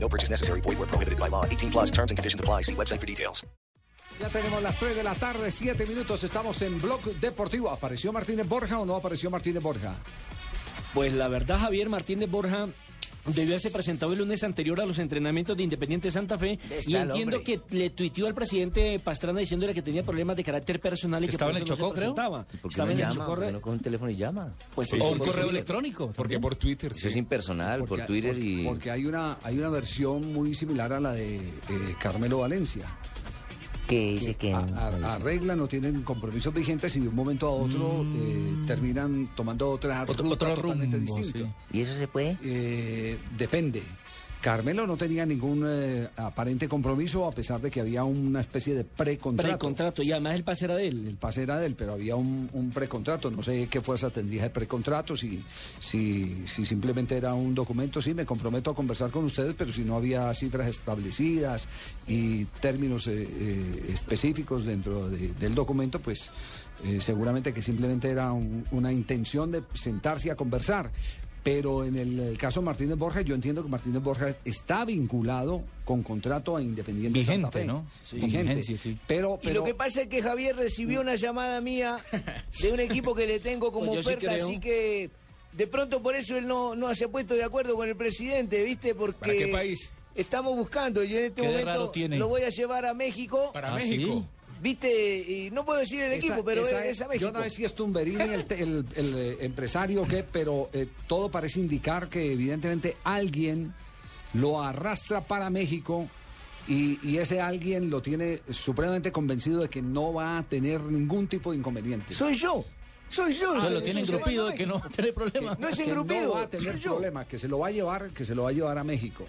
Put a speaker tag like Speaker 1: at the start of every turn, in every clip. Speaker 1: No purchase necessary. Void where prohibited by law. 18 plus terms and conditions apply. See website for details.
Speaker 2: Ya tenemos las 3 de la tarde, 7 minutos. Estamos en Blog Deportivo. ¿Apareció Martínez Borja o no apareció Martínez Borja?
Speaker 3: Pues la verdad, Javier Martínez Borja debió haberse presentado el lunes anterior a los entrenamientos de Independiente Santa Fe y entiendo que le tuiteó al presidente Pastrana diciéndole que tenía problemas de carácter personal y que
Speaker 4: Estaba
Speaker 3: por
Speaker 4: en
Speaker 3: eso
Speaker 4: el
Speaker 3: no
Speaker 4: Chocó,
Speaker 3: se
Speaker 4: creo.
Speaker 3: presentaba.
Speaker 5: ¿Por qué
Speaker 3: Estaba
Speaker 5: no
Speaker 3: en el
Speaker 5: llama?
Speaker 3: Chocó,
Speaker 5: ¿Por qué no con un teléfono y llama?
Speaker 3: pues
Speaker 4: O un
Speaker 3: por
Speaker 4: correo
Speaker 3: eso-
Speaker 4: electrónico. Porque por Twitter.
Speaker 5: Eso es impersonal, por
Speaker 2: Porque-
Speaker 5: Twitter
Speaker 2: porque-
Speaker 5: y...
Speaker 2: Porque hay una, hay una versión muy similar a la de eh, Carmelo Valencia.
Speaker 6: que dice que
Speaker 2: A- a- Arreglan o tienen compromisos vigentes y de un momento a otro eh, terminan tomando otra
Speaker 4: Mm. Otro-
Speaker 2: ruta
Speaker 4: otro
Speaker 2: totalmente
Speaker 4: rumbo,
Speaker 2: distinta.
Speaker 4: sí.
Speaker 6: y eso se puede
Speaker 2: Eh, depende. Carmelo no tenía ningún eh, aparente compromiso a pesar de que había una especie de precontrato.
Speaker 3: Precontrato y además el pase era de él.
Speaker 2: el pase era de él, pero había un, un precontrato. No sé qué fuerza tendría el precontrato, si, si, si simplemente era un documento. Sí, me comprometo a conversar con ustedes, pero si no había cifras establecidas y términos eh, eh, específicos dentro de- del documento, pues eh, seguramente que simplemente era un- una intención de sentarse a conversar. Pero en el, eh, caso Martínez Borja, yo entiendo que Martínez Borja está vinculado con contrato a Independiente Santa
Speaker 4: Vigente,
Speaker 2: Fe.
Speaker 4: ¿no? Sí. Con
Speaker 2: Vigente.
Speaker 4: vigencia, sí.
Speaker 2: Pero,
Speaker 7: Y
Speaker 2: pero
Speaker 7: lo que pasa es que Javier
Speaker 6: Mm.
Speaker 7: recibió una llamada mía de un equipo que le tengo como
Speaker 3: Pues yo sí
Speaker 7: oferta,
Speaker 3: creo.
Speaker 7: así que de pronto por eso él no, no se ha puesto de acuerdo con el presidente, ¿viste? Porque
Speaker 4: ¿Para qué país?
Speaker 7: estamos buscando, yo en este
Speaker 4: ¿Qué de raro
Speaker 7: momento
Speaker 4: tiene?
Speaker 7: lo voy a llevar a México,
Speaker 4: Para
Speaker 3: Ah, ¿sí?
Speaker 4: México.
Speaker 7: ¿viste? Y no puedo decir el
Speaker 2: Esa-
Speaker 7: equipo, pero
Speaker 2: esa
Speaker 7: es, es a México.
Speaker 2: Yo no sé si es Tumberini el, te- el- el, eh, empresario o qué, pero eh, todo parece indicar que evidentemente alguien lo arrastra para México y, y ese alguien lo tiene supremamente convencido de que no va a tener ningún tipo de inconveniente.
Speaker 7: Soy yo, soy yo.
Speaker 4: Ah,
Speaker 7: el
Speaker 4: lo
Speaker 7: que
Speaker 4: tienen
Speaker 7: estoy
Speaker 4: grupido
Speaker 7: llevando a
Speaker 4: de que no va a
Speaker 7: México.
Speaker 4: tener problema.
Speaker 7: No es
Speaker 2: que no
Speaker 7: engrupido,
Speaker 2: va a tener
Speaker 7: soy yo.
Speaker 2: problema, que se lo va a llevar, que se lo va a llevar a México.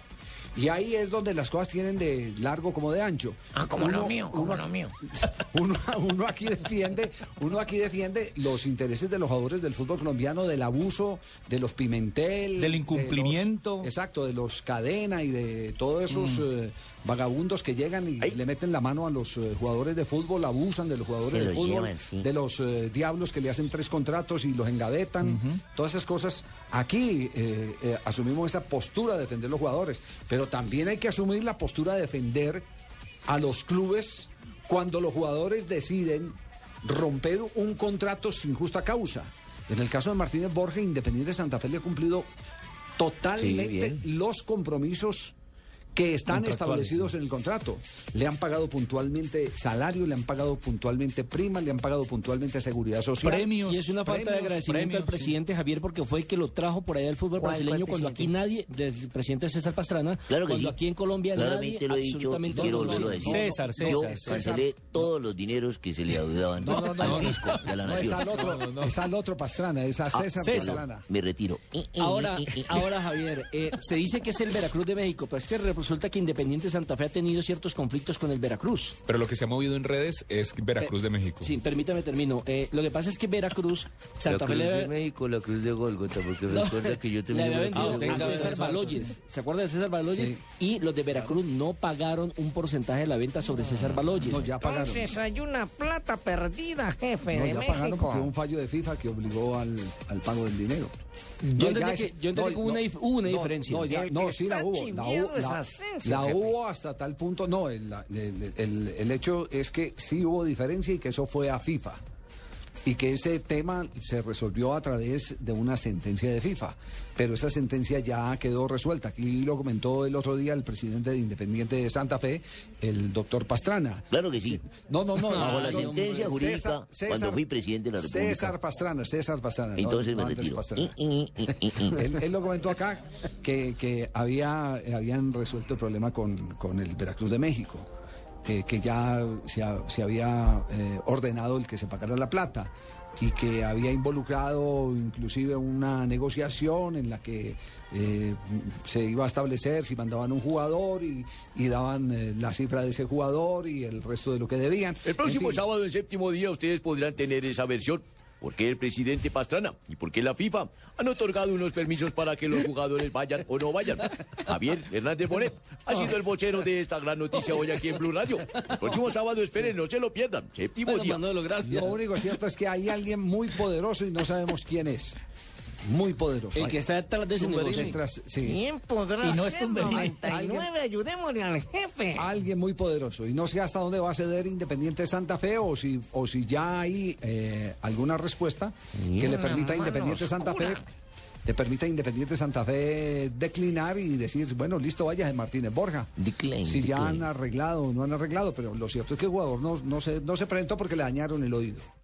Speaker 2: Y ahí es donde las cosas tienen de largo como de ancho.
Speaker 6: Ah, como
Speaker 2: Uno-
Speaker 6: lo mío, como
Speaker 2: uno-
Speaker 6: lo mío.
Speaker 2: Uno, uno aquí defiende, uno aquí defiende los intereses de los jugadores del fútbol colombiano, del abuso, de los Pimentel,
Speaker 4: Del
Speaker 2: de los-
Speaker 4: incumplimiento. Mm.
Speaker 2: exacto, de los Cadena y de todos esos eh, vagabundos que llegan y le meten la mano a los eh, jugadores de fútbol, abusan de los jugadores
Speaker 6: Se
Speaker 2: de
Speaker 6: los
Speaker 2: fútbol,
Speaker 6: llevan, sí.
Speaker 2: de los eh, diablos que le hacen tres contratos y los engavetan, todas esas cosas. Aquí eh, eh, asumimos esa postura de defender los jugadores, pero también hay que asumir la postura de defender a los clubes cuando los jugadores deciden romper un contrato sin justa causa. En el caso de Martínez Borges, Independiente Santa Fe le ha cumplido totalmente
Speaker 5: Sí,
Speaker 2: los compromisos que están
Speaker 4: Contractuales,
Speaker 2: establecidos en el contrato. Le han pagado puntualmente salario, le han pagado puntualmente prima, le han pagado puntualmente seguridad social.
Speaker 4: Premios.
Speaker 3: Y es una falta de
Speaker 4: premios,
Speaker 3: agradecimiento
Speaker 4: premios,
Speaker 3: al presidente Javier porque fue el que lo trajo por allá del fútbol
Speaker 6: ¿Cuál fue el
Speaker 3: brasileño cuando aquí
Speaker 6: presidente?
Speaker 3: nadie, del presidente César Pastrana,
Speaker 6: Claro que
Speaker 3: cuando
Speaker 6: sí.
Speaker 3: aquí en Colombia nadie,
Speaker 6: Claramente lo he dicho y
Speaker 3: absolutamente
Speaker 6: quiero
Speaker 3: no, no,
Speaker 6: volverlo a
Speaker 3: no,
Speaker 6: decir.
Speaker 4: César,
Speaker 6: Yo
Speaker 4: César, César.
Speaker 6: cancelé todos los dineros que se le adeudaban
Speaker 2: No, no, no,
Speaker 6: al
Speaker 2: no.
Speaker 6: fisco y a la
Speaker 2: No, es
Speaker 6: nación.
Speaker 2: al otro, es al otro Pastrana, es a
Speaker 6: Ah,
Speaker 2: César,
Speaker 6: bueno,
Speaker 2: Pastrana.
Speaker 6: Me retiro.
Speaker 3: Ahora, ahora Javier, eh, se dice que es el Veracruz de México, pero es que resulta que Independiente Santa Fe ha tenido ciertos conflictos con el Veracruz.
Speaker 4: Pero lo que se ha movido en redes es Veracruz de México.
Speaker 3: Sí, permítame termino. Eh, lo que pasa es que Veracruz, Santa Fe le
Speaker 5: de
Speaker 3: había-
Speaker 5: México, la cruz de Golgota, porque
Speaker 3: no,
Speaker 5: recuerda que yo
Speaker 3: le
Speaker 5: también...
Speaker 3: había
Speaker 4: Ah,
Speaker 3: vendido
Speaker 4: usted
Speaker 3: a
Speaker 4: sabe
Speaker 3: César
Speaker 4: eso,
Speaker 3: Baloyes. ¿Se acuerda de César Baloyes? Y los de Veracruz no pagaron un porcentaje de la venta sobre César Baloyes.
Speaker 2: No, ya pagaron.
Speaker 6: hay una plata perdida, jefe
Speaker 2: No, ya pagaron porque hubo un fallo de FIFA que obligó al, al pago del dinero.
Speaker 3: Yo
Speaker 2: No, ya
Speaker 3: entendí
Speaker 2: es-
Speaker 3: que- yo entendí que hubo una dif- hubo una diferencia.
Speaker 2: No, ya-
Speaker 6: El
Speaker 2: no,
Speaker 6: que
Speaker 2: sí la
Speaker 6: está
Speaker 2: hubo. La,
Speaker 6: chimbiado
Speaker 2: hubo-
Speaker 6: es
Speaker 2: la-
Speaker 6: Asensio,
Speaker 2: la
Speaker 6: jefe.
Speaker 2: hubo hasta tal punto. No, el, la- el- el- el hecho es que sí hubo diferencia y que eso fue a FIFA. Y que ese tema se resolvió a través de una sentencia de FIFA. Pero esa sentencia ya quedó resuelta. Aquí lo comentó el otro día el presidente de Independiente de Santa Fe, el doctor Pastrana.
Speaker 6: Claro que sí.
Speaker 2: No, no, no.
Speaker 6: Bajo
Speaker 2: no,
Speaker 6: la
Speaker 2: no,
Speaker 6: sentencia
Speaker 2: no,
Speaker 6: jurídica,
Speaker 2: César- César-
Speaker 6: cuando fui presidente de la República.
Speaker 2: César Pastrana, César Pastrana. no,
Speaker 6: Entonces
Speaker 2: no
Speaker 6: me
Speaker 2: antes
Speaker 6: retiro. Eh,
Speaker 2: Pastrana.
Speaker 6: Y, y, y, y, y.
Speaker 2: Él, él lo comentó acá, que, que había, eh, habían resuelto el problema con, con el Veracruz de México, eh, que ya se, ha- se había eh, ordenado el que se pagara la plata. y que había involucrado inclusive una negociación en la que eh, se iba a establecer si mandaban un jugador y, y daban eh, la cifra de ese jugador y el resto de lo que debían.
Speaker 8: El próximo
Speaker 2: En fin,
Speaker 8: sábado, el séptimo día, ustedes podrán tener esa versión. ¿Por qué el presidente Pastrana y por qué la FIFA han otorgado unos permisos para que los jugadores vayan o no vayan? Javier Hernández Bonet ha sido el vocero de esta gran noticia hoy aquí en Blue Radio. El próximo sábado, esperen, no se lo pierdan. Séptimo
Speaker 3: Bueno,
Speaker 8: día.
Speaker 3: Manolo,
Speaker 2: Lo
Speaker 3: gracias.
Speaker 2: único cierto es que hay alguien muy poderoso y no sabemos quién es. Muy poderoso.
Speaker 3: El que está detrás de ese negocio.
Speaker 2: Detrás- sí.
Speaker 6: ¿Quién podrá
Speaker 3: Y no es
Speaker 6: ser
Speaker 3: conveniente.
Speaker 6: 99? Ayudémosle al jefe.
Speaker 2: Alguien muy poderoso. Y no sé hasta dónde va a ceder Independiente Santa Fe o si, o si ya hay eh, alguna respuesta que le
Speaker 6: Una
Speaker 2: permita a
Speaker 6: mano
Speaker 2: Independiente Santa Fe.
Speaker 6: oscura.
Speaker 2: Le permita a Independiente Santa Fe declinar y decir, bueno, listo, vaya de Martínez Borja.
Speaker 6: Decline,
Speaker 2: si ya han
Speaker 6: decline.
Speaker 2: arreglado o no han arreglado, pero lo cierto es que el jugador no, no, se, no se presentó porque le dañaron el oído.